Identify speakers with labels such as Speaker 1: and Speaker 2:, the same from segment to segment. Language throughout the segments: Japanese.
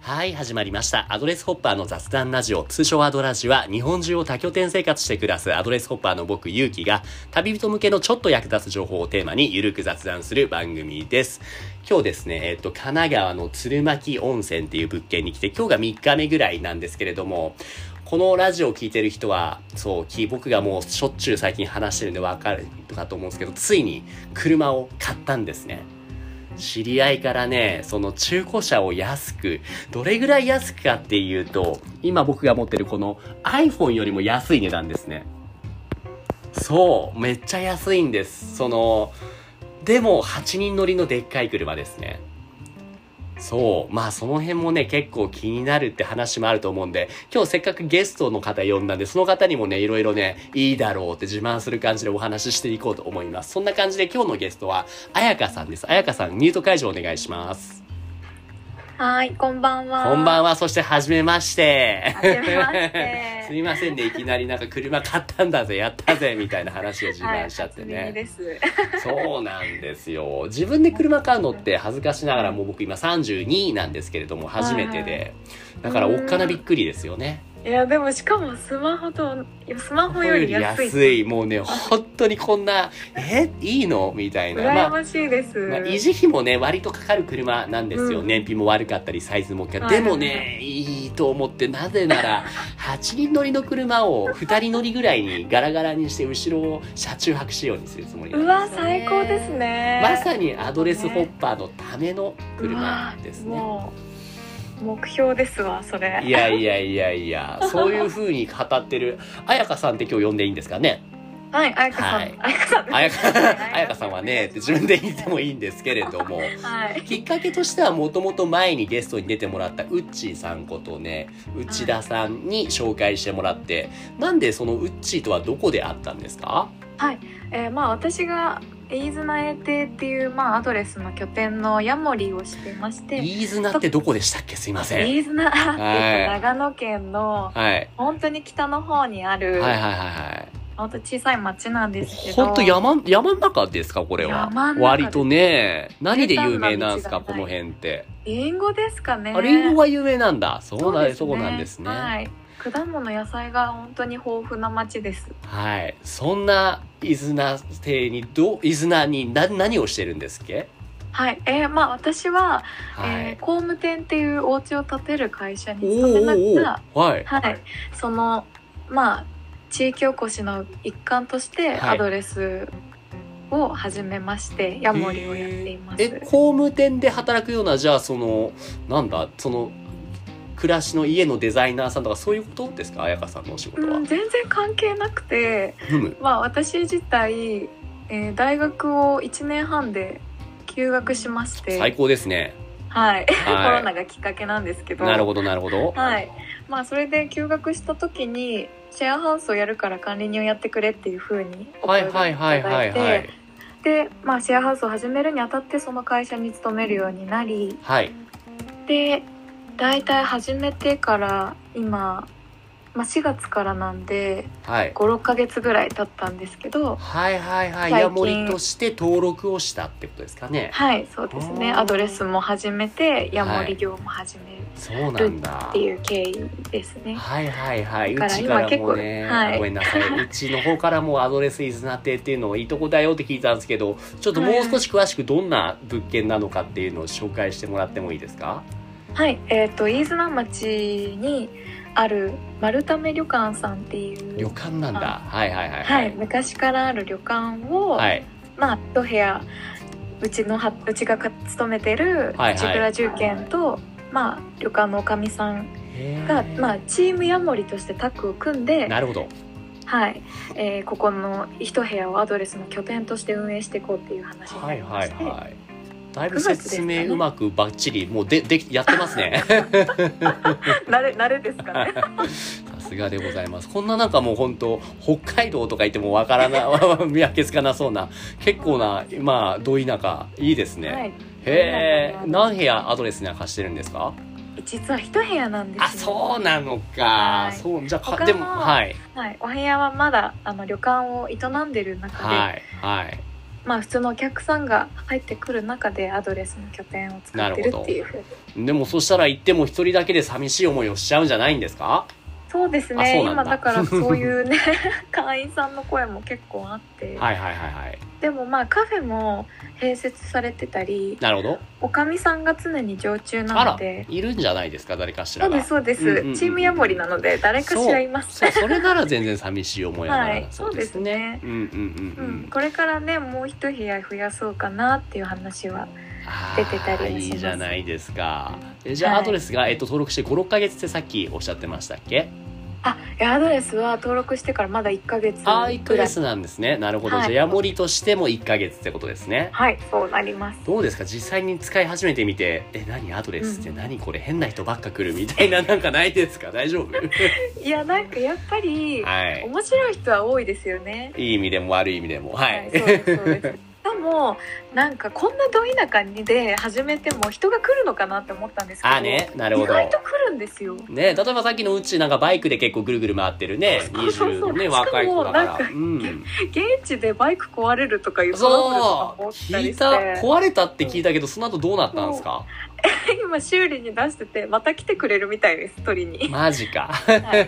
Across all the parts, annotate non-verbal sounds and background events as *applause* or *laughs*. Speaker 1: はい、始まりました。アドレスホッパーの雑談ラジオ、通称アドラジは、日本中を多拠点生活して暮らすアドレスホッパーの僕、ゆうきが、旅人向けのちょっと役立つ情報をテーマに、ゆるく雑談する番組です。今日ですね、えっと、神奈川の鶴巻温泉っていう物件に来て、今日が3日目ぐらいなんですけれども、このラジオを聞いてる人は、そう、き僕がもうしょっちゅう最近話してるんでわかるかと思うんですけど、ついに車を買ったんですね。知り合いからね、その中古車を安く、どれぐらい安くかっていうと、今僕が持ってるこの iPhone よりも安い値段ですね。そう、めっちゃ安いんです。その、でも8人乗りのでっかい車ですね。そう。まあその辺もね、結構気になるって話もあると思うんで、今日せっかくゲストの方呼んだんで、その方にもね、いろいろね、いいだろうって自慢する感じでお話ししていこうと思います。そんな感じで今日のゲストは、あやかさんです。あやかさん、入ト会場お願いします。
Speaker 2: はい、こんばんは。
Speaker 1: こんばん
Speaker 2: は。
Speaker 1: は、そしてはじめまして。
Speaker 2: はじめまし
Speaker 1: *laughs* す
Speaker 2: て。
Speaker 1: みませんね、いきなりなんか車買ったんだぜ、やったぜ、みたいな話を自慢しちゃって
Speaker 2: はい、初耳
Speaker 1: ね。
Speaker 2: です。
Speaker 1: そうなんですよ。自分で車買うのって恥ずかしながらもう僕今32なんですけれども初めてで。だからおっかなびっくりですよね。
Speaker 2: いや、でもしかもスマホと、いやスマホより安い。
Speaker 1: 安い。もうね、本当にこんな、え、いいのみたいな。
Speaker 2: 羨
Speaker 1: まあ
Speaker 2: ましいです。
Speaker 1: まあ維持費もね割とかかる車なんですよ、
Speaker 2: うん
Speaker 1: 燃費も悪かったりサイズも大きかった
Speaker 2: は
Speaker 1: で
Speaker 2: い
Speaker 1: もねいいと思ってなぜな
Speaker 2: *laughs*
Speaker 1: ら8人乗りの車を2人乗りぐらいにガラガラにして後ろを車中泊仕様にするつもり
Speaker 2: う
Speaker 1: なんで
Speaker 2: わ、
Speaker 1: すよ、ね、
Speaker 2: 最高ですね。
Speaker 1: まさにアドレスホッパーのための車ですね
Speaker 2: もう、目標ですわ、それ。
Speaker 1: いやいやいやいやそういう風に語ってる彩香さんって今日呼んでいいんですかね
Speaker 2: はい、あやかさん。
Speaker 1: はい
Speaker 2: あやかさん。
Speaker 1: 彩香彩香さんはねって自分で言ってもいいんですけれども
Speaker 2: はい。
Speaker 1: きっかけとしてはもともと前にゲストに出てもらったウッチーさんことね内田さんに紹介してもらってなんでそのウッチーとはどこで会ったんですか
Speaker 2: えーまあ、私が、飯綱永定っていう、まあ、アドレスの拠点のヤモリをしていまして、
Speaker 1: 飯綱ってどこでしたっけすいません、
Speaker 2: 飯綱、
Speaker 1: い
Speaker 2: 長野県の、
Speaker 1: はい、
Speaker 2: 本当に北の方にある、
Speaker 1: はいはいはいはい
Speaker 2: 本当小さい町なんですけど
Speaker 1: 本当山山の中ですかこれは
Speaker 2: 山の中です
Speaker 1: 割とね何で有名なんですかこ
Speaker 2: 平坦な道がない
Speaker 1: の辺って
Speaker 2: リンゴですかね
Speaker 1: あリンゴが有名なんだそうなん
Speaker 2: で
Speaker 1: ですそうなんですね
Speaker 2: はい果物野菜が本当に豊富な町です
Speaker 1: はいそんな飯綱亭にど飯綱にな何をしてるんですっけ
Speaker 2: はいえーまあ私は、
Speaker 1: はい、
Speaker 2: えー工務店っていうお家を建てる会社に
Speaker 1: お
Speaker 2: 勤めながら
Speaker 1: おはい
Speaker 2: はいそのまあ地域おこしの一環として
Speaker 1: はい
Speaker 2: アドレスを始めまして、ヤモリをやっています
Speaker 1: え工務店で働くようなじゃあそのなんだその暮らしの家のデザイナーさんとかそういうことですか彩香さんのお仕事は、
Speaker 2: うん、全然関係なくて
Speaker 1: ふむ
Speaker 2: まあ私自体、えー大学を1年半で休学しまして、
Speaker 1: 最高ですね
Speaker 2: はい、 *laughs* コ
Speaker 1: は
Speaker 2: ロ
Speaker 1: い
Speaker 2: ナがきっかけなんですけど
Speaker 1: なるほどなるほど
Speaker 2: はいまあ、それで休学した時にシェアハウスをやるから管理人をやってくれっていうふうにお
Speaker 1: は
Speaker 2: 声
Speaker 1: い
Speaker 2: がけ
Speaker 1: はい
Speaker 2: い
Speaker 1: はい
Speaker 2: た
Speaker 1: は
Speaker 2: だ
Speaker 1: い
Speaker 2: い
Speaker 1: は
Speaker 2: て
Speaker 1: い
Speaker 2: で、まあ、シェアハウスを始めるにあたってその会社に勤めるようになり
Speaker 1: はい
Speaker 2: で大体始めてから今、まあ、4月からなんで
Speaker 1: はい
Speaker 2: 56ヶ月ぐらい経ったんですけど
Speaker 1: はいはいはい
Speaker 2: 最近
Speaker 1: ヤモリとして登録をしたってことですかね
Speaker 2: はい、そうですね。
Speaker 1: あー
Speaker 2: アドレスも始めて、ヤモリ業も始める
Speaker 1: そうなんだ
Speaker 2: っていう経緯ですね。
Speaker 1: はいはいはい。
Speaker 2: だ
Speaker 1: う
Speaker 2: から
Speaker 1: ちか
Speaker 2: 今
Speaker 1: らもね、
Speaker 2: 結構はい
Speaker 1: ごめんなさ
Speaker 2: *laughs*
Speaker 1: い。うちの方からもアドレスイズナテっていうのをいいとこだよって聞いたんですけど、ちょっともう少し詳しくどんな物件なのかっていうのを紹介してもらってもいいですか
Speaker 2: はい、えっ、と飯綱町にある丸亀旅館さんっていう
Speaker 1: 旅館なんだ。はいはいはい
Speaker 2: は、
Speaker 1: はいい。
Speaker 2: 昔からある旅館を、
Speaker 1: はい。
Speaker 2: まあ一部屋うちのはうちがか勤めてる
Speaker 1: はいはい
Speaker 2: 千倉住建と、まあ旅館のおかみさん
Speaker 1: へ
Speaker 2: が、
Speaker 1: ー
Speaker 2: まあチームヤモリとしてタッグを組んで、
Speaker 1: なるほど。
Speaker 2: はい、えーここの一部屋をアドレスの拠点として運営していこうっていう話にな
Speaker 1: はい
Speaker 2: りま
Speaker 1: はい
Speaker 2: して、
Speaker 1: はい。だいぶ
Speaker 2: 9月です
Speaker 1: 説
Speaker 2: かね
Speaker 1: 明うまくバッチリもうでできやってますね。
Speaker 2: 慣れ慣れですかね。
Speaker 1: さすがでございます。こんななんかもう本当北海道とか言ってもわからない *laughs* 見分けつかなそうな結構なまあど田舎いいですね。
Speaker 2: はい、
Speaker 1: へえ、
Speaker 2: そうなん
Speaker 1: 何部屋アドレスには貸してるんですか？
Speaker 2: 実は一部屋なんです、
Speaker 1: あ、そうなのか。
Speaker 2: はい
Speaker 1: そう、じゃあ
Speaker 2: 他
Speaker 1: か
Speaker 2: は
Speaker 1: でもはい
Speaker 2: はい、お部屋はまだあの旅館を営んでる中で、
Speaker 1: はいはい。
Speaker 2: まあ普通のお客さんが入ってくる中でアドレスの拠点を使ってるっていうふうに
Speaker 1: でもそしたら行っても一人だけで寂しい思いをしちゃうんじゃないんですか
Speaker 2: そうです
Speaker 1: あ
Speaker 2: ね
Speaker 1: そうな
Speaker 2: 今
Speaker 1: んだ
Speaker 2: だからそういう
Speaker 1: *laughs*
Speaker 2: ね会員さんの声も結構あって、
Speaker 1: はいはいはいはい。
Speaker 2: でもまあカフェも併設されてたり
Speaker 1: なるほど。
Speaker 2: おかみさんが常に常駐
Speaker 1: あ
Speaker 2: なの
Speaker 1: ら
Speaker 2: で、
Speaker 1: いるんじゃないですか、誰かし
Speaker 2: そ
Speaker 1: ら
Speaker 2: うで
Speaker 1: が。
Speaker 2: すそうです、
Speaker 1: うんうんうん
Speaker 2: チームヤモリなので誰かしらいます
Speaker 1: そう、それなら全然寂しい思いはならな
Speaker 2: は
Speaker 1: い
Speaker 2: そうです。ね
Speaker 1: うんうんう
Speaker 2: うん
Speaker 1: うんん。
Speaker 2: これからねもう一部屋増やそうかなっていう話は
Speaker 1: あー
Speaker 2: 出てたりはします
Speaker 1: いいじゃないですか。えじゃあ、
Speaker 2: はい
Speaker 1: アドレスが、えっと、登録して5、6ヶ月ってさっきおっしゃってましたっけ
Speaker 2: あいやアドレスは登録してからまだ1ヶ月
Speaker 1: ああ、1ヶ
Speaker 2: ぐらい
Speaker 1: 月なんですね。なるほど。
Speaker 2: はい
Speaker 1: じゃあ、ヤモリとしても1ヶ月ってことですね。
Speaker 2: はいそうなります
Speaker 1: どうですか実際に使い始めてみて、え、何アドレスって何これ変な人ばっか来るみたい
Speaker 2: *laughs*
Speaker 1: ななんかないですか大丈夫
Speaker 2: いやなんかやっぱり
Speaker 1: はい。
Speaker 2: 面白い人は多いですよね
Speaker 1: いい意味でも悪い意味でも。は
Speaker 2: はい
Speaker 1: い。
Speaker 2: そうですそうです *laughs* しかもなんかこんなど田舎にで始めても人が来るのかなって思ったんですけど
Speaker 1: あーね、なる
Speaker 2: 意
Speaker 1: ほど。
Speaker 2: 外と来るんですよ
Speaker 1: ね、例えばさっきのうちなんかバイクで結構ぐるぐる回ってるね
Speaker 2: そうそうそう
Speaker 1: 20ね
Speaker 2: しかも
Speaker 1: 若い子だから
Speaker 2: なんか
Speaker 1: うん、
Speaker 2: 現地でバイク壊れるとかいうトラ
Speaker 1: そ
Speaker 2: ブ
Speaker 1: う
Speaker 2: ルとかも起きた
Speaker 1: 聞
Speaker 2: り
Speaker 1: い
Speaker 2: したて
Speaker 1: 壊れたって聞いたけどその後どうなったんですか
Speaker 2: 今修理に出しててまた来てくれるみたいです取りに、
Speaker 1: マジか *laughs*
Speaker 2: はい、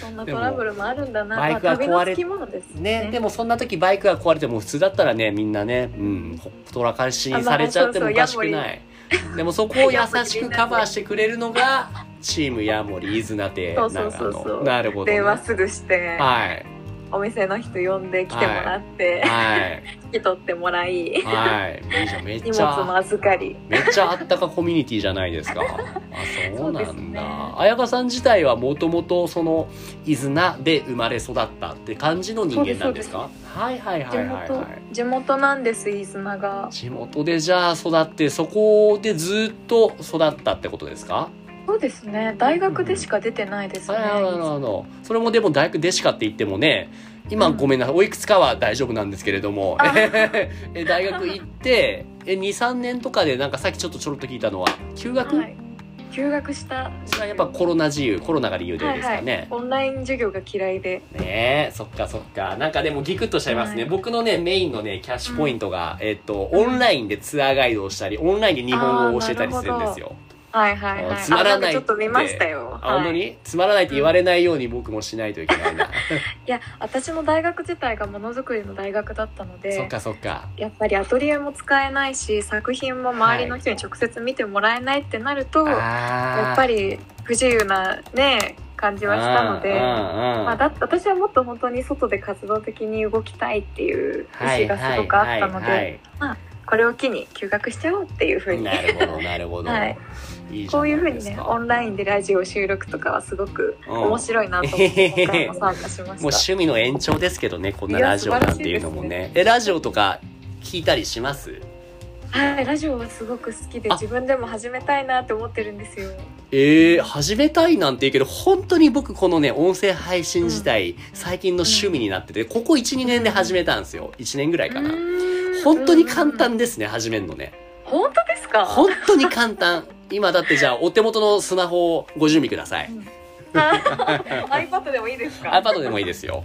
Speaker 2: そんなトラブルもあるんだな
Speaker 1: でもバイクは壊れ
Speaker 2: まあ、旅のつきものです
Speaker 1: ねでもそんな時バイクが壊れても普通だったらねみんなね、うん、ほっとらかしにされちゃってもおかしくないでもそこを優しくカバーしてくれるのがチームヤモリイズナテな
Speaker 2: そうそ
Speaker 1: ん
Speaker 2: う
Speaker 1: か
Speaker 2: そうそう
Speaker 1: のなるほど、ね、
Speaker 2: 電
Speaker 1: は
Speaker 2: 話すぐして、
Speaker 1: いはい
Speaker 2: お店の人呼んで来てもらって、
Speaker 1: はい
Speaker 2: 引き取ってもらい
Speaker 1: いいじゃんめっ
Speaker 2: 荷
Speaker 1: ち
Speaker 2: 物
Speaker 1: ゃ
Speaker 2: も預かり
Speaker 1: めっちゃあったかコミュニティじゃないです
Speaker 2: *laughs*
Speaker 1: か。あ、そうな
Speaker 2: そうんですね
Speaker 1: だ。綾香さん自体はもともとその伊豆名で生まれ育ったって感じの人間なんですか。はいはいは
Speaker 2: 地
Speaker 1: い
Speaker 2: 元、
Speaker 1: はいはい。
Speaker 2: 地元なんです飯綱が
Speaker 1: 地元でじゃあ育ってそこでずっと育ったってことですか。
Speaker 2: そうですね大学でしか出てないです
Speaker 1: あ
Speaker 2: ね、
Speaker 1: らあらあらあらそれもでも大学でしかって言ってもね。今ごめんなさい、おいくつかは大丈夫なんですけれども
Speaker 2: あ
Speaker 1: *laughs* え大学行ってえ23年とかでなんかさっきちょっとちょろっと聞いたのは休学、
Speaker 2: はい、休学した
Speaker 1: それはやっぱコロナ自由コロナが理由でですかね、
Speaker 2: オンライン授業が嫌いで
Speaker 1: ねえそっかそっかなんかでもギクッとしちゃいますね、
Speaker 2: はい
Speaker 1: 僕のねメインのねキャッシュポイントが、えっとオンラインでツアーガイドをしたりオンラインで日本語を教えたりするんですよ
Speaker 2: はいはい
Speaker 1: あ
Speaker 2: はい
Speaker 1: つまら
Speaker 2: あんか
Speaker 1: ない
Speaker 2: ちょっと見ましたよ
Speaker 1: あ本当
Speaker 2: はい、
Speaker 1: に、
Speaker 2: い
Speaker 1: つまらないって言われないように僕もしないといけないな、
Speaker 2: や私の大学自体がものづくりの大学だったので
Speaker 1: そっかそっか
Speaker 2: やっぱりアトリエも使えないし作品も周りの人に直接見てもらえないってなると、や
Speaker 1: や
Speaker 2: っぱ
Speaker 1: り
Speaker 2: り不自由なね感じはしたので、まあ、だ私はもっと本当に外で活動的に動きたいっていう意思がすごくあったので、これを機に休学しちゃおうっていうふうに
Speaker 1: なるほどなるほど、
Speaker 2: はい、
Speaker 1: いいじ
Speaker 2: こ
Speaker 1: ゃ
Speaker 2: う
Speaker 1: ないいう
Speaker 2: ふう
Speaker 1: で
Speaker 2: に
Speaker 1: す
Speaker 2: ね
Speaker 1: か
Speaker 2: オンラインでラジオ収録とかはすごく
Speaker 1: うん
Speaker 2: 面白いなと思って今回も参加しま
Speaker 1: もう
Speaker 2: し
Speaker 1: 趣味の延長ですけどねこんない
Speaker 2: や
Speaker 1: ラジオなんていうのも
Speaker 2: 素晴
Speaker 1: ねえラジオとか聞いたりします
Speaker 2: たはいラジオはすごく好きで
Speaker 1: あ
Speaker 2: 自分でも始めたいなって思ってるんですよ
Speaker 1: えー、始めたいなんて言うけど本当に僕このね音声配信自体、最近の趣味になっててここ12年で始めたんですよ1年ぐらいかな、本当に簡単ですね始めるのね
Speaker 2: 本当ですか
Speaker 1: 本当に簡単今だってじゃあお手元のスマホをご準備ください
Speaker 2: iPad でもいいですか
Speaker 1: iPad でもいいですよ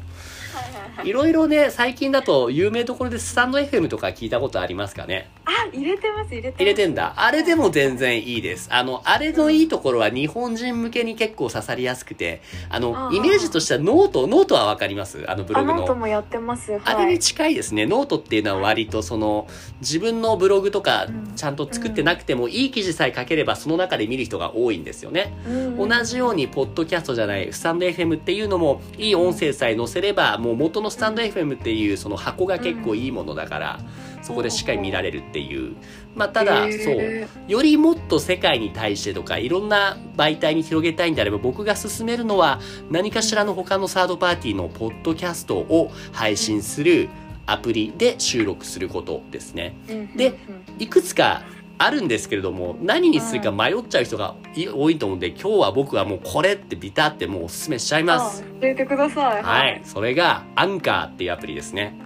Speaker 1: いろいろね最近だと有名どころでスタンド FM とか聞いたことありますかね
Speaker 2: あ入れてます入れてます
Speaker 1: 入れてんだあれでも全然いいですあのあれのいいところは日本人向けに結構刺さりやすくてあの
Speaker 2: あー
Speaker 1: イメージとしてはノートノートはわかりますあのブロ
Speaker 2: あ
Speaker 1: グ
Speaker 2: ノート
Speaker 1: の
Speaker 2: もやってますはい
Speaker 1: あれに近いですねノートっていうのは割とその自分のブログとか
Speaker 2: うん
Speaker 1: ちゃんと作ってなくてもいい記事さえ書ければその中で見る人が多いんですよね
Speaker 2: 同
Speaker 1: 同じようにポッドキャストじゃないスタンド FM っていうのもいい音声さえ載せればもう元のスタンド FM っていうその箱が結構いいものだからそこでしっかり見られるっていうまあただそうよりもっと世界に対してとかいろんな媒体に広げたいんであれば僕が勧めるのは何かしらの他のサードパーティーのポッドキャストを配信するアプリで収録することですね。でいくつかあるんですけれども何にするか迷っちゃう人がい多いと思うんで今日は僕はもうこれってビタってもうおすすめしちゃいます。
Speaker 2: 教えてください
Speaker 1: はい、それがアンカーっていうアプリですね。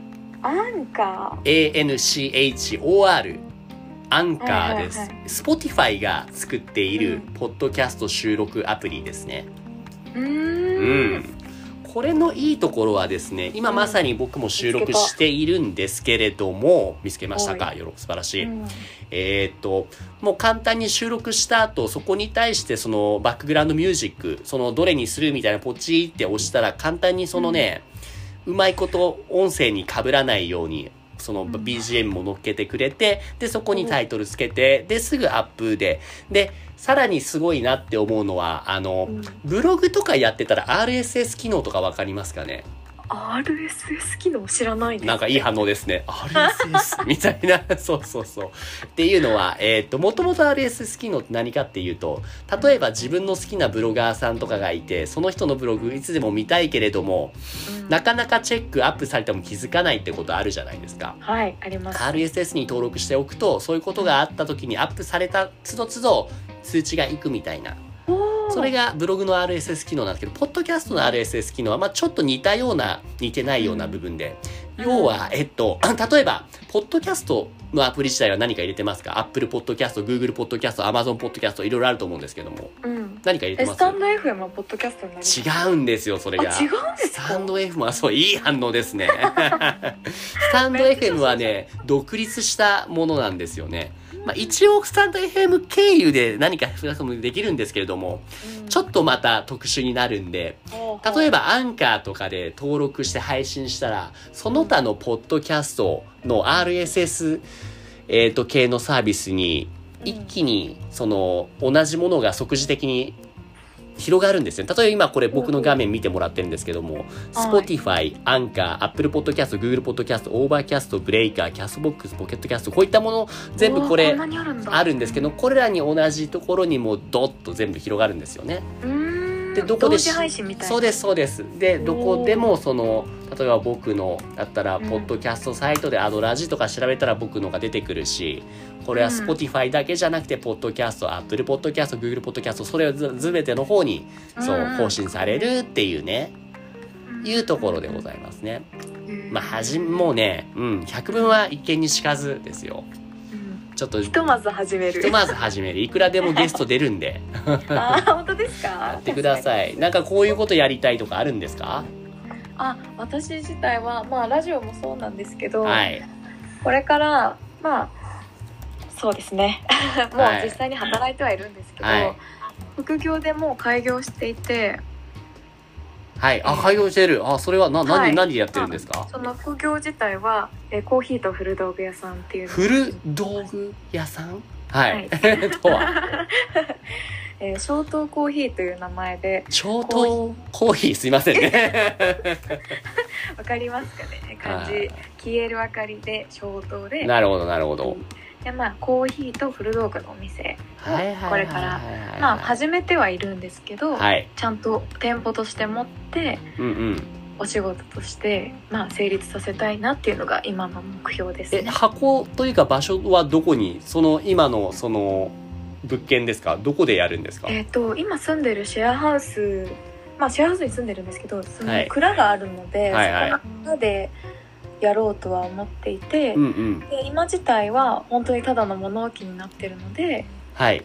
Speaker 2: アンカ ANCHOR
Speaker 1: アンカーです、
Speaker 2: はいは
Speaker 1: Spotify が作っている
Speaker 2: うん
Speaker 1: ポッドキャスト収録アプリですね
Speaker 2: ーうー
Speaker 1: うんん、これのいいところはですね今まさに僕も収録しているんですけれども、見つけましたかよろ素晴らしい、
Speaker 2: うん
Speaker 1: えーっともう簡単に収録した後そこに対してそのバックグラウンドミュージックそのどれにするみたいなポチって押したら簡単にそのね、うまいこと音声に被らないようにその
Speaker 2: うん
Speaker 1: BGM も乗っけてくれてでそこにタイトルつけてですぐアップででさらにすごいなって思うのはあの、
Speaker 2: うん
Speaker 1: ブログとかやってたら RSS 機能とかわかりますかね
Speaker 2: RSS 機能知らないです
Speaker 1: なんかいい反応ですね。RSS *laughs* みたいな。そうそうそう。っていうのは、えっ、と、もともと RSS 機能って何かっていうと、例えば自分の好きなブロガーさんとかがいて、その人のブログいつでも見たいけれども、
Speaker 2: うん
Speaker 1: なかなかチェックアップされても気づかないってことあるじゃないですか。
Speaker 2: はいあります
Speaker 1: RSS に登録しておくと、そういうことがあった時にアップされたつどつど通知がいくみたいな。
Speaker 2: おー
Speaker 1: それがブログの RSS 機能なんですけど、ポッドキャストの RSS 機能は、まあ、ちょっと似たような、似てないような部分で。
Speaker 2: うん
Speaker 1: 要は、えっと、例えば、ポッドキャストのアプリ自体は何か入れてますか ?Apple Podcast、Google Podcast、Amazon Podcast、いろいろあると思うんですけども。
Speaker 2: うん
Speaker 1: 何か入れて
Speaker 2: え
Speaker 1: ま
Speaker 2: ス
Speaker 1: す
Speaker 2: タンド FM はポッドキャストになります
Speaker 1: 違うんですよ、それが。
Speaker 2: あ違うんです
Speaker 1: スタ
Speaker 2: か
Speaker 1: ンド FM はそう、いい反応です
Speaker 2: *laughs*
Speaker 1: ね。スタンド FM はね、独立したものなんですよね。まあ、一応、スタンド FM 経由で何か少なくともできるんですけれども、
Speaker 2: うん
Speaker 1: ちょっとまた特殊になるんで、
Speaker 2: ほうほう
Speaker 1: 例えばアンカーとかで登録して配信したら、その他のポッドキャストの RSS、えーと、系のサービスに、
Speaker 2: うん
Speaker 1: 一気に、その、同じものが即時的に広がるんですね。例えば今これ僕の画面見てもらってるんですけども、
Speaker 2: はい
Speaker 1: Spotify、アンカー、Apple Podcast、Google Podcast、Overcast、Breaker、Castbox、Pocketcast、こういったもの、全部こ
Speaker 2: おー
Speaker 1: れ
Speaker 2: んな、にあるんだ
Speaker 1: あるんですけど、これらに同じところにもドッと全部広がるんですよね。
Speaker 2: うーん
Speaker 1: でどこで
Speaker 2: 同時配信みたいな
Speaker 1: そうですそうですでどこでもその例えば僕のだったら
Speaker 2: うん
Speaker 1: ポッドキャストサイトで「アドラジ」とか調べたら僕のが出てくるしこれは
Speaker 2: うん
Speaker 1: Spotify だけじゃなくてポッドキャスト Apple ポッドキャスト Google ポッドキャストそれをず全ての方にそう
Speaker 2: うん
Speaker 1: 更新されるっていうね
Speaker 2: うん
Speaker 1: いうところでございますね
Speaker 2: うん
Speaker 1: まあはじもうねうん百聞は一見にしかずですよ
Speaker 2: うん
Speaker 1: ちょっとひ
Speaker 2: ひとまず始める
Speaker 1: とまず始めるいくらでもゲスト出るん
Speaker 2: *laughs*
Speaker 1: で
Speaker 2: あー本当ですか
Speaker 1: やってくださいなんかこういうことやりたいとかあるんですか
Speaker 2: あ私自体はまあラジオもそうなんですけど、
Speaker 1: はい
Speaker 2: これからまあそうですね *laughs* もう
Speaker 1: はい
Speaker 2: 実際に働いてはいるんですけど、
Speaker 1: はい
Speaker 2: 副業でもう開業していて
Speaker 1: はい。あ、開業してる。あ、それはな、何、
Speaker 2: はい
Speaker 1: 何でやってるんですか
Speaker 2: その副業自体はえーコーヒーと古道具屋さんっていうの
Speaker 1: 古道具屋さんはい。とは、
Speaker 2: えー、ショートコーヒーという名前で
Speaker 1: 超糖コーヒー、すいませんね。
Speaker 2: わかりますかね漢字消える明かりで消灯
Speaker 1: *laughs*
Speaker 2: で
Speaker 1: なるほど、なるほど。
Speaker 2: で、まあ、コーヒーと古道具のお店、
Speaker 1: はいはいはいはい。
Speaker 2: これから
Speaker 1: はい
Speaker 2: まあ、始めてはいるんですけど、
Speaker 1: はい。
Speaker 2: ちゃんと店舗として持って
Speaker 1: うんうん。
Speaker 2: お仕事として、まあ、成立させたいなっていうのが今の目標です
Speaker 1: え、
Speaker 2: ね。
Speaker 1: 箱というか場所はどこに、その、今の、その、物件ですかどこでやるんですか
Speaker 2: えっ、と今住んでるシェアハウスまあシェアハウスに住んでるんですけどその
Speaker 1: はい
Speaker 2: 蔵があるので、
Speaker 1: はいはい
Speaker 2: そこの中でやろうとは思っていて、
Speaker 1: うんうん。
Speaker 2: で今自体は本当にただの物置になってるので
Speaker 1: はい。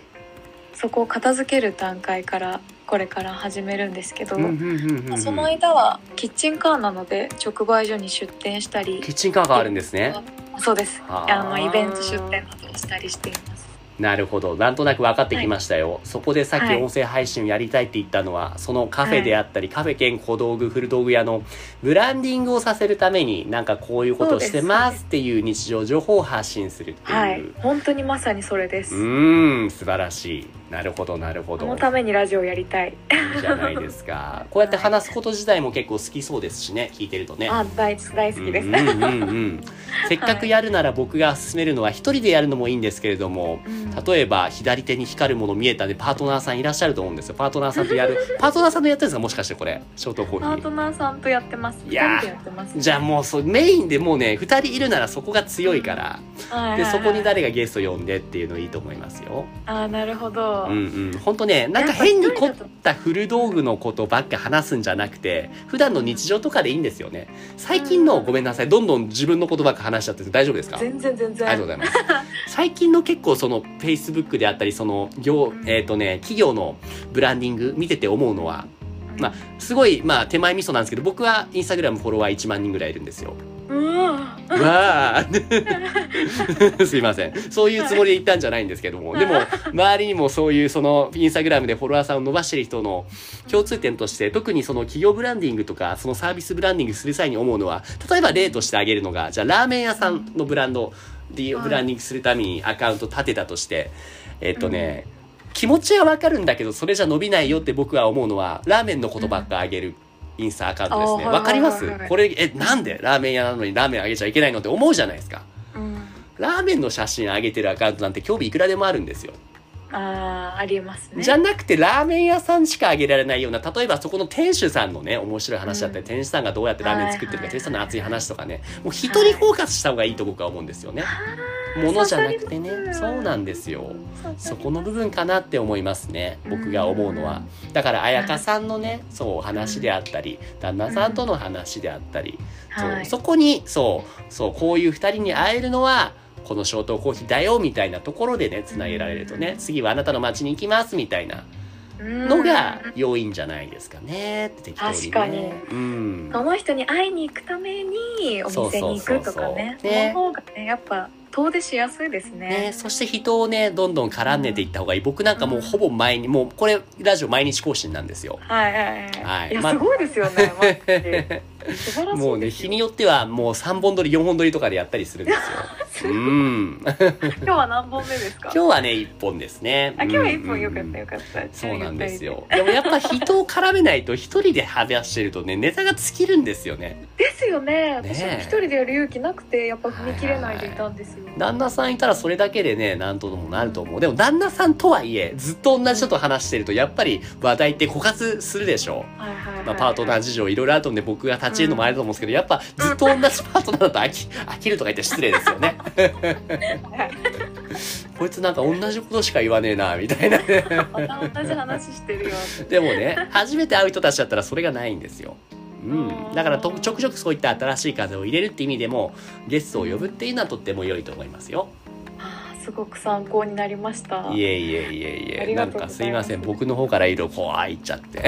Speaker 2: そこを片付ける段階からこれから始めるんですけど、
Speaker 1: うんうんうんうんう
Speaker 2: まあ
Speaker 1: ん
Speaker 2: その間はキッチンカーなので直売所に出店したり
Speaker 1: キッチンカーがあるんですね。
Speaker 2: そうです
Speaker 1: あ
Speaker 2: あ
Speaker 1: ー
Speaker 2: のイベント出店などをしたりしています。
Speaker 1: なるほど。なんとなく分かってきましたよ。そこでさっき
Speaker 2: はい
Speaker 1: 音声配信やりたいって言ったのは、そのカフェであったり、カフェ兼小道具、古道具屋のブランディングをさせるために、なんかこういうことをしてま
Speaker 2: そうです
Speaker 1: すっていう日常情報を発信するっていう。
Speaker 2: はい、
Speaker 1: う
Speaker 2: 本当にまさにそれです。
Speaker 1: ーん、素晴らしい。なるほど、なるほ
Speaker 2: そ
Speaker 1: ど。
Speaker 2: の
Speaker 1: い
Speaker 2: ためにラジオやりたい。
Speaker 1: いじゃないですか。こうやって話すこと自体も結構好きそうですしね、聞いてるとね。
Speaker 2: あ、大大好きです。
Speaker 1: うんうんうんうん。せっかくやるなら僕が勧めるのは、一人でやるのもいいんですけれども、
Speaker 2: うん
Speaker 1: 例えば左手に光るもの見えたでパートナーさんいらっしゃると思うんですよパートナーさんとや *laughs* るパートナーさんとやってるんですかもしかしてこれショートコ
Speaker 2: パ
Speaker 1: ーヒ
Speaker 2: ート
Speaker 1: ー
Speaker 2: ナーさんとやってます。
Speaker 1: いやー
Speaker 2: 二人でやってます。
Speaker 1: じゃあもうそうメインでもうね2人いるならそこが強いから、
Speaker 2: はいはい
Speaker 1: で
Speaker 2: はい
Speaker 1: そこに誰がゲスト呼んでっていうのいいと思いますよ
Speaker 2: あー、なるほど。
Speaker 1: うんうんほんとねなんか変に凝った古道具のことばっか話すんじゃなくて普段の日常とかでいいんですよね最近のごめんなさいどんどん自分のことばっか話しちゃってて大丈夫ですか
Speaker 2: 全然全然。
Speaker 1: ありがとうござい
Speaker 2: *laughs*
Speaker 1: ます。最近の結構その Facebook であったりその業
Speaker 2: う、ん
Speaker 1: えっ、とね、企業のブランディング見てて思うのは、
Speaker 2: うん
Speaker 1: まあ、すごい、まあ、手前味噌なんですけど、僕はインスタグラムフォロワー1万人ぐらいいるんですよ。
Speaker 2: うん
Speaker 1: わあ *laughs* すいませんそういうつもりで言ったんじゃないんですけどもでも周りにもそういうそのインスタグラムでフォロワーさんを伸ばしてる人の共通点として特にその企業ブランディングとかそのサービスブランディングする際に思うのは例えば例としてあげるのがじゃあラーメン屋さんのブランドで
Speaker 2: はい
Speaker 1: ブランディングするためにアカウント立てたとしてえっとね、気持ちはわかるんだけどそれじゃ伸びないよって僕は思うのはラーメンのことばっかあげるインスタアカウントですね
Speaker 2: あー
Speaker 1: わかります
Speaker 2: はいはいはいはい
Speaker 1: これえなんでラーメン屋なのにラーメンあげちゃいけないのって思うじゃないですか
Speaker 2: うん
Speaker 1: ラーメンの写真あげてるアカウントなんて興味いくらでもあるんですよ、
Speaker 2: あーありえますね
Speaker 1: じゃなくてラーメン屋さんしかあげられないような例えばそこの店主さんのね面白い話だったり、
Speaker 2: うん
Speaker 1: 店主さんがどうやってラーメン作ってるか、
Speaker 2: はいはい
Speaker 1: 店主さんの熱い話とかねもう一人フォーカスした方がいいと僕は思うんですよね、ものじゃなくて
Speaker 2: 刺さり
Speaker 1: ね
Speaker 2: ます
Speaker 1: そうなんですよ
Speaker 2: そうそ
Speaker 1: そ
Speaker 2: う
Speaker 1: この部分かなって思いますね僕が思うのはだから彩香さんのねそうお話であったり旦那さんとの話であったりそう
Speaker 2: はい
Speaker 1: そこにそうそうこういう2人に会えるのはこのショートコーヒーだよみたいなところでねつなげられるとね次はあなたの街に行きますみたいなのが
Speaker 2: うん
Speaker 1: 要因じゃないですかね適当に、ね、
Speaker 2: 確かに
Speaker 1: うん
Speaker 2: その人に会いに行くためにお店に行
Speaker 1: そうそうそ
Speaker 2: くとかね
Speaker 1: うそう
Speaker 2: そ
Speaker 1: ね
Speaker 2: の方がねやっぱ遠出しやすいですね
Speaker 1: ね、そして人をねどんどん絡めていった方がいい僕なんかもうほぼ毎日もうこれラジオ毎日更新なんですよ
Speaker 2: はいはいは
Speaker 1: はいい
Speaker 2: いや
Speaker 1: ます
Speaker 2: ごいですよねマジで素晴らしいですよ
Speaker 1: もうね日によってはもう3本撮り4本撮りとかでやったりするん
Speaker 2: *laughs*
Speaker 1: ですようん
Speaker 2: 今日は何本目ですか
Speaker 1: 今日はね1本ですね
Speaker 2: あ今日は一本
Speaker 1: うん
Speaker 2: よかったよかった、
Speaker 1: そうなんですよ。でもやっぱ人を絡めないと一人で話してるとね、ネタが尽きるんですよね。
Speaker 2: ですよね
Speaker 1: ね
Speaker 2: 私も一人でやる勇気なくてやっぱ踏み切れないでいたんですよ、
Speaker 1: 旦那さんいたらそれだけでね、なんとでもなると思う。でも旦那さんとはいえ、ずっと同じ人と話してると、やっぱり話題って枯渇するでしょう。
Speaker 2: はいはいはい
Speaker 1: まあ、パートナー事情いろいろあると思うんで僕が立ち入るのもあると思うんですけど、やっぱずっと同じパートナーだと飽き飽きるとか言って失礼ですよね。こいつなんか同じことしか言わねえなみたいな。
Speaker 2: また同じ話してるよ
Speaker 1: でも
Speaker 2: *laughs*
Speaker 1: ね初めて会う人たちだったらそれがないんですよ。うん、だからとちょくちょくそういった新しい風を入れるって意味でもゲストを呼ぶっていうのはとっても良いと思いますよ。
Speaker 2: あーすごく参考になりました
Speaker 1: い
Speaker 2: いえ
Speaker 1: えいえいえい
Speaker 2: あ
Speaker 1: え
Speaker 2: り
Speaker 1: な
Speaker 2: が
Speaker 1: ん
Speaker 2: とう
Speaker 1: か
Speaker 2: ございます
Speaker 1: すいません僕の方からいろいろこう入っちゃって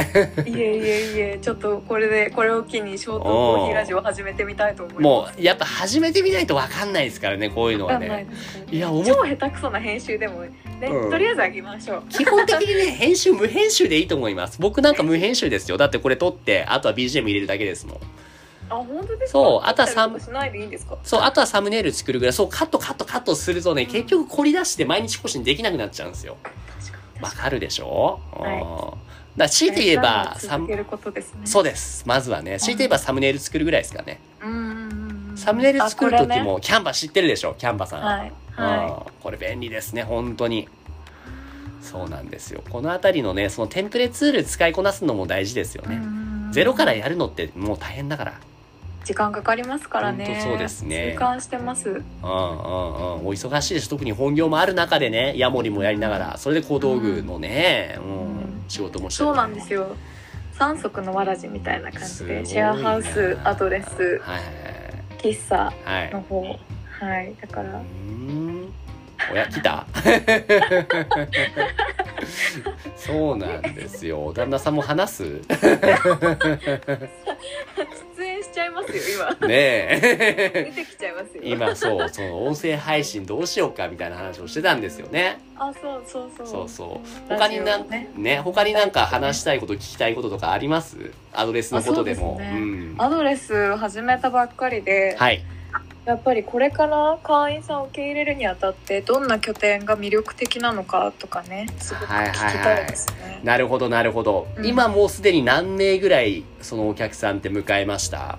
Speaker 2: いえいえちょっとこれでこれを機にショートコーヒーラジオ始めてみたいと思います
Speaker 1: もうやっぱ始めてみないと分かんないですからねこういうの
Speaker 2: わか
Speaker 1: は
Speaker 2: んない
Speaker 1: ね。
Speaker 2: ですね
Speaker 1: いや思っ
Speaker 2: 超下手くそな編集でもね、
Speaker 1: うん
Speaker 2: とりあえずあげましょう
Speaker 1: 基本的に
Speaker 2: *laughs*
Speaker 1: ね編集無編集でいいと思います僕なんか無編集ですよだってこれ撮ってあとは BGM 入れるだけですもん
Speaker 2: あ本当ですか
Speaker 1: そうあとはさん
Speaker 2: 撮ったりかしないでいいんですか
Speaker 1: そうあとはサムネイル作るぐらいそうカットカットカットするとね結局凝り出して毎日更新できなくなっちゃうんですよ
Speaker 2: 確かに
Speaker 1: わかるでしょ、
Speaker 2: はい
Speaker 1: うんだから強いて言えばサ
Speaker 2: 続
Speaker 1: ム
Speaker 2: けることですね
Speaker 1: そうですまずはね強いて言えばサムネイル作るぐらいですかね
Speaker 2: うんうんうん
Speaker 1: サムネイル作る
Speaker 2: あこれ
Speaker 1: 時
Speaker 2: ね
Speaker 1: もキャンバ知ってるでしょキャンバさん、
Speaker 2: はい
Speaker 1: うん
Speaker 2: は
Speaker 1: これ便利ですね本当にそうなんですよこの辺りのねそのテンプレツール使いこなすのも大事ですよ
Speaker 2: い、うんう
Speaker 1: ね、
Speaker 2: んうん
Speaker 1: ゼロからやるのってもう大変だから
Speaker 2: 時間かかりますからね
Speaker 1: ほんとそうですね
Speaker 2: 痛感してます
Speaker 1: うんうんうんお忙しいです特に本業もある中でねヤモリもやりながらそれで小道具のね、うん
Speaker 2: うん
Speaker 1: 仕事もして
Speaker 2: そうなんですよ三足のわらじみたいな感じでシ
Speaker 1: すごい
Speaker 2: ェ
Speaker 1: な
Speaker 2: アハウスアドレス
Speaker 1: はい
Speaker 2: 喫茶
Speaker 1: はいはいはい
Speaker 2: の方はいだか
Speaker 1: うー
Speaker 2: ら
Speaker 1: んおや来た *laughs* そうなんですよ旦那さんも話す
Speaker 2: 出演しちゃいますよ
Speaker 1: *laughs*
Speaker 2: 今
Speaker 1: ね
Speaker 2: 出
Speaker 1: え
Speaker 2: てきちゃいますよ
Speaker 1: 今そうその音声配信どうしようかみたいな話をしてたんですよね
Speaker 2: あそうそうそう
Speaker 1: そうそう他にな
Speaker 2: ラジオね
Speaker 1: ね他になんか話したいこと聞きたいこととかありますアドレスのことでも
Speaker 2: あそうですね
Speaker 1: ん
Speaker 2: アドレス始めたばっかりで、
Speaker 1: はい
Speaker 2: やっぱりこれから会員さんを受け入れるにあたってどんな拠点が魅力的なのかとかねすごく聞きたいですね、
Speaker 1: なるほどなるほど、
Speaker 2: うん
Speaker 1: 今もうすでに何名ぐらいそのお客さんって迎えました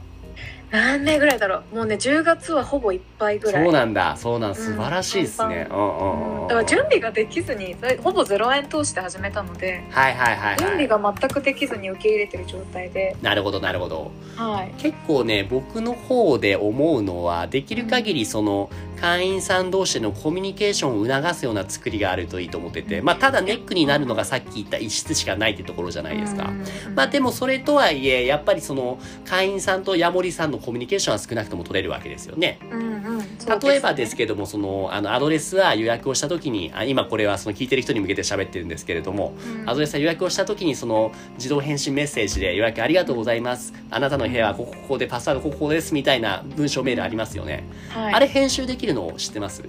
Speaker 2: 何名ぐらいだろうもうね10月はほぼいっぱいぐらい
Speaker 1: そうなんだそうなん
Speaker 2: うん
Speaker 1: 素晴らしいですね、うんうんうんうん
Speaker 2: だから準備ができずにだいほぼ0円通して始めたので
Speaker 1: はいはいはい、はい、
Speaker 2: 準備が全くできずに受け入れてる状態で
Speaker 1: なるほどなるほど
Speaker 2: はい
Speaker 1: 結構ね僕の方で思うのはできる限りその会員さん同士でのコミュニケーションを促すような作りがあるといいと思っててまあただネックになるのがさっき言った一室しかないってところじゃないですか、
Speaker 2: うん
Speaker 1: まあでもそれとはいえやっぱりその会員さんとヤモリさんのコミュニケーションは少なくとも取れるわけですよね
Speaker 2: うんうんうんそうすね
Speaker 1: 例えばですけどもそのあのアドレスは予約をした時にあ今これはその聞いてる人に向けて喋ってるんですけれども
Speaker 2: うん
Speaker 1: アドレスは予約をした時にその自動返信メッセージで「予約ありがとうございます」「あなたの部屋はここここでパスワードここここです」みたいな文章メールありますよね、
Speaker 2: はい、
Speaker 1: あれ編集できるの知ってます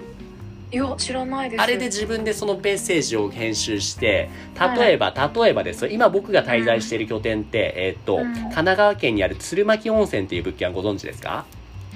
Speaker 2: いや知らないです
Speaker 1: あれで自分でそのメッセージを編集して例えば、例えばですよ今僕が滞在している拠点って、えーっと
Speaker 2: うん
Speaker 1: 神奈川県にある鶴巻温泉っていう物件はご存知ですか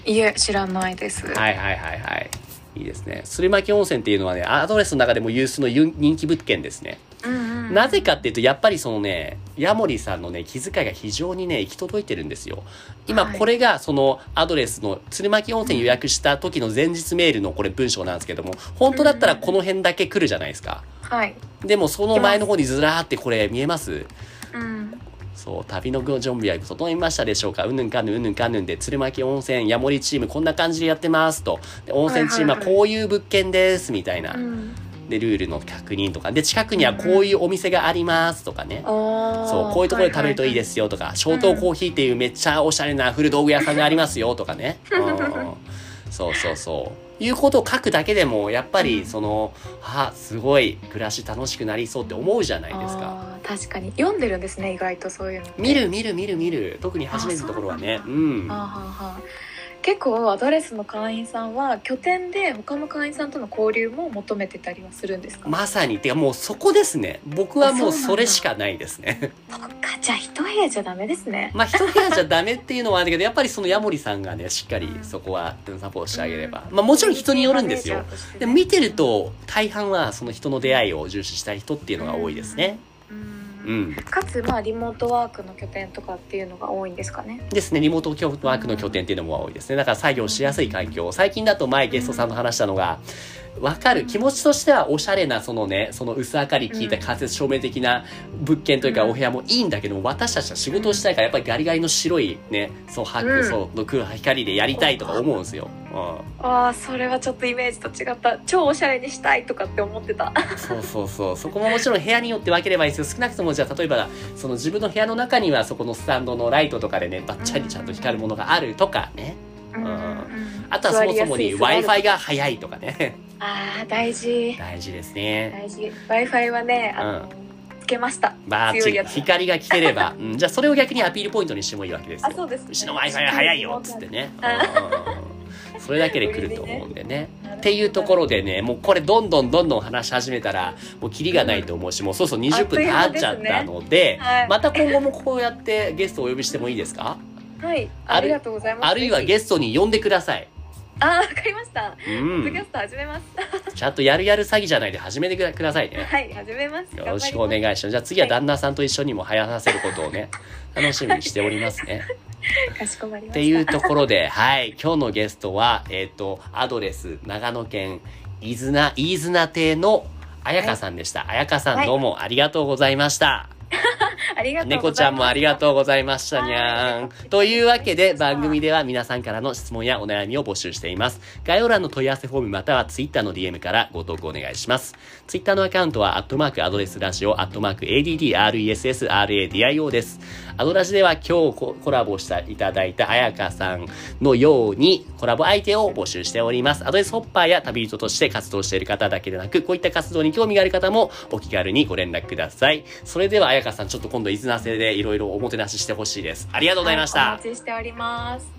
Speaker 2: いえ知らないです、
Speaker 1: はいはいはいはいいいですね鶴巻温泉っていうのはねアドレスの中でも有数のゆ人気物件ですね
Speaker 2: うんうん、
Speaker 1: なぜかっていうとやっぱりそのねヤモリさんのね気遣いが非常にね行き届いてるんですよ今
Speaker 2: はい
Speaker 1: これがそのアドレスの鶴巻温泉予約した時の前日メールのこれ文章なんですけども本当だったらこの辺だけ来るじゃないですか
Speaker 2: はい、
Speaker 1: でもその前の方にずらーってこれ見えます
Speaker 2: うん、
Speaker 1: そう旅の準備は整いましたでしょうかうんぬんかんぬんうんぬんかんぬんで鶴巻温泉ヤモリチームこんな感じでやってますとで温泉チームはこういう物件ですみたいな
Speaker 2: うん、、
Speaker 1: でルールの確認とかで近くにはこういうお店がありますとかねそうこういうところで食べるといいですすよとか、小東コーヒーっていうめっちゃおしゃれな古道具屋さんがありますよとかね、うん、そうそうそういうことを書くだけでもやっぱ
Speaker 2: う
Speaker 1: り
Speaker 2: ん
Speaker 1: その、あすごい暮らし楽しくなりそうって思うじゃないですか。
Speaker 2: あー確かに読んでるんですね意外とそういうの
Speaker 1: 見る見る見る見る特に初めてのところはね
Speaker 2: あ
Speaker 1: う
Speaker 2: そ
Speaker 1: ん
Speaker 2: はあはあはあ結構アドレスの会員さんは拠点で他の会員さんとの交流も求めてたりはするんですか、
Speaker 1: まさにてかもうそこですね僕はもう
Speaker 2: あそうなんだ
Speaker 1: それしかないですね *laughs*
Speaker 2: そっかじゃあ一部屋じゃダメですね
Speaker 1: まあ一部屋じゃダメっていうのはあるけどやっぱりそのヤモリさんがねしっかり
Speaker 2: うん
Speaker 1: そこはうんサポートしてあげれば、まあもちろん人によるんですよでも見てると大半はその人の出会いを重視したい人っていうのが多いですね。
Speaker 2: うん
Speaker 1: うん、
Speaker 2: かつまあリモートワークの拠点とかっていうのが多いんですかね
Speaker 1: ですねリモートワークの拠点っていうのも多いですねだから作業しやすい環境最近だと前ゲストさんと話したのが分かる気持ちとしてはおしゃれなそのねその薄明かり効いた間接照明的な物件というか
Speaker 2: うん
Speaker 1: お部屋もいいんだけども私たちは仕事をしたいからやっぱりガリガリの白いねそう白、
Speaker 2: うん
Speaker 1: そうの空光でやりたいとか思うんですよ。うん
Speaker 2: ああそれはちょっとイメージと違った超おしゃれにしたいとかって思ってた
Speaker 1: そうそうそうそこももちろん部屋によって分ければいいですよ少なくともじゃあ例えばその自分の部屋の中にはそこのスタンドのライトとかでねばっちゃりちゃんと光るものがあるとかね
Speaker 2: うんうんうん
Speaker 1: あとはそもそもに w i f
Speaker 2: 座り
Speaker 1: i が早いとかね
Speaker 2: ああ大事
Speaker 1: 大事ですね
Speaker 2: 大事 w i f i はねあの、つけました
Speaker 1: バー
Speaker 2: 強
Speaker 1: チ
Speaker 2: い
Speaker 1: リ
Speaker 2: やつ
Speaker 1: 光が来てれば、うん、じゃあそれを逆にアピールポイントにしてもいいわけです
Speaker 2: あ
Speaker 1: よ
Speaker 2: そうです、ね、
Speaker 1: うちの w i f i が早いよっつってねうんそれだけで来ると思うんでねっていうところでねもうこれどんどんどんどん話し始めたらもうキリがないと思うしもうそうそう20分
Speaker 2: あっ
Speaker 1: 経
Speaker 2: と
Speaker 1: っちゃっ
Speaker 2: いう間ですね
Speaker 1: たので
Speaker 2: はい
Speaker 1: また今後もこうやってゲストをお呼びしてもいいですか
Speaker 2: はい
Speaker 1: ある
Speaker 2: ありがとうございます
Speaker 1: あるいはゲストに呼んでください、
Speaker 2: あーわかりました
Speaker 1: う
Speaker 2: ポッドキャ
Speaker 1: ん、
Speaker 2: スト始めます
Speaker 1: ちゃんとやるやる詐欺じゃないで始めてくださいね
Speaker 2: はい始めます
Speaker 1: よろしくお願い
Speaker 2: い
Speaker 1: しますじゃあ次は旦那さんと一緒にも流行らせることをね楽しみにしておりますね
Speaker 2: かしこまり
Speaker 1: っ
Speaker 2: ま
Speaker 1: てい
Speaker 2: し
Speaker 1: うところで、はい、今日のゲストは、えっ、と、アドレス、長野県、飯綱、飯綱亭の、あやかさんでした。あやかさ
Speaker 2: は
Speaker 1: ん、
Speaker 2: い
Speaker 1: どうもありがとうございました。
Speaker 2: たありがとう
Speaker 1: 猫
Speaker 2: ご
Speaker 1: ち
Speaker 2: ざ
Speaker 1: ゃ
Speaker 2: い
Speaker 1: んも
Speaker 2: ま
Speaker 1: あ
Speaker 2: す
Speaker 1: りがとうございました
Speaker 2: はい
Speaker 1: にゃーん
Speaker 2: ありがとうございました
Speaker 1: というわけで番組では皆さんからの質問やお悩みを募集しています概要欄の問い合わせフォームまたは Twitter の DM からご投稿お願いします Twitter のアカウントはアットマークアドレスラジオアットマーク ADDRESSRADIO ですアドラジでは今日ココラボしていただいたあやかさんのようにコラボ相手を募集しておりますアドレスホッパーや旅人として活動している方だけでなくこういった活動に興味がある方もお気軽にご連絡くださいそれではあやかさんちょっと今度伊豆なせでいろいろおもてなししてほしいですありがとうございました、
Speaker 2: お待ちしております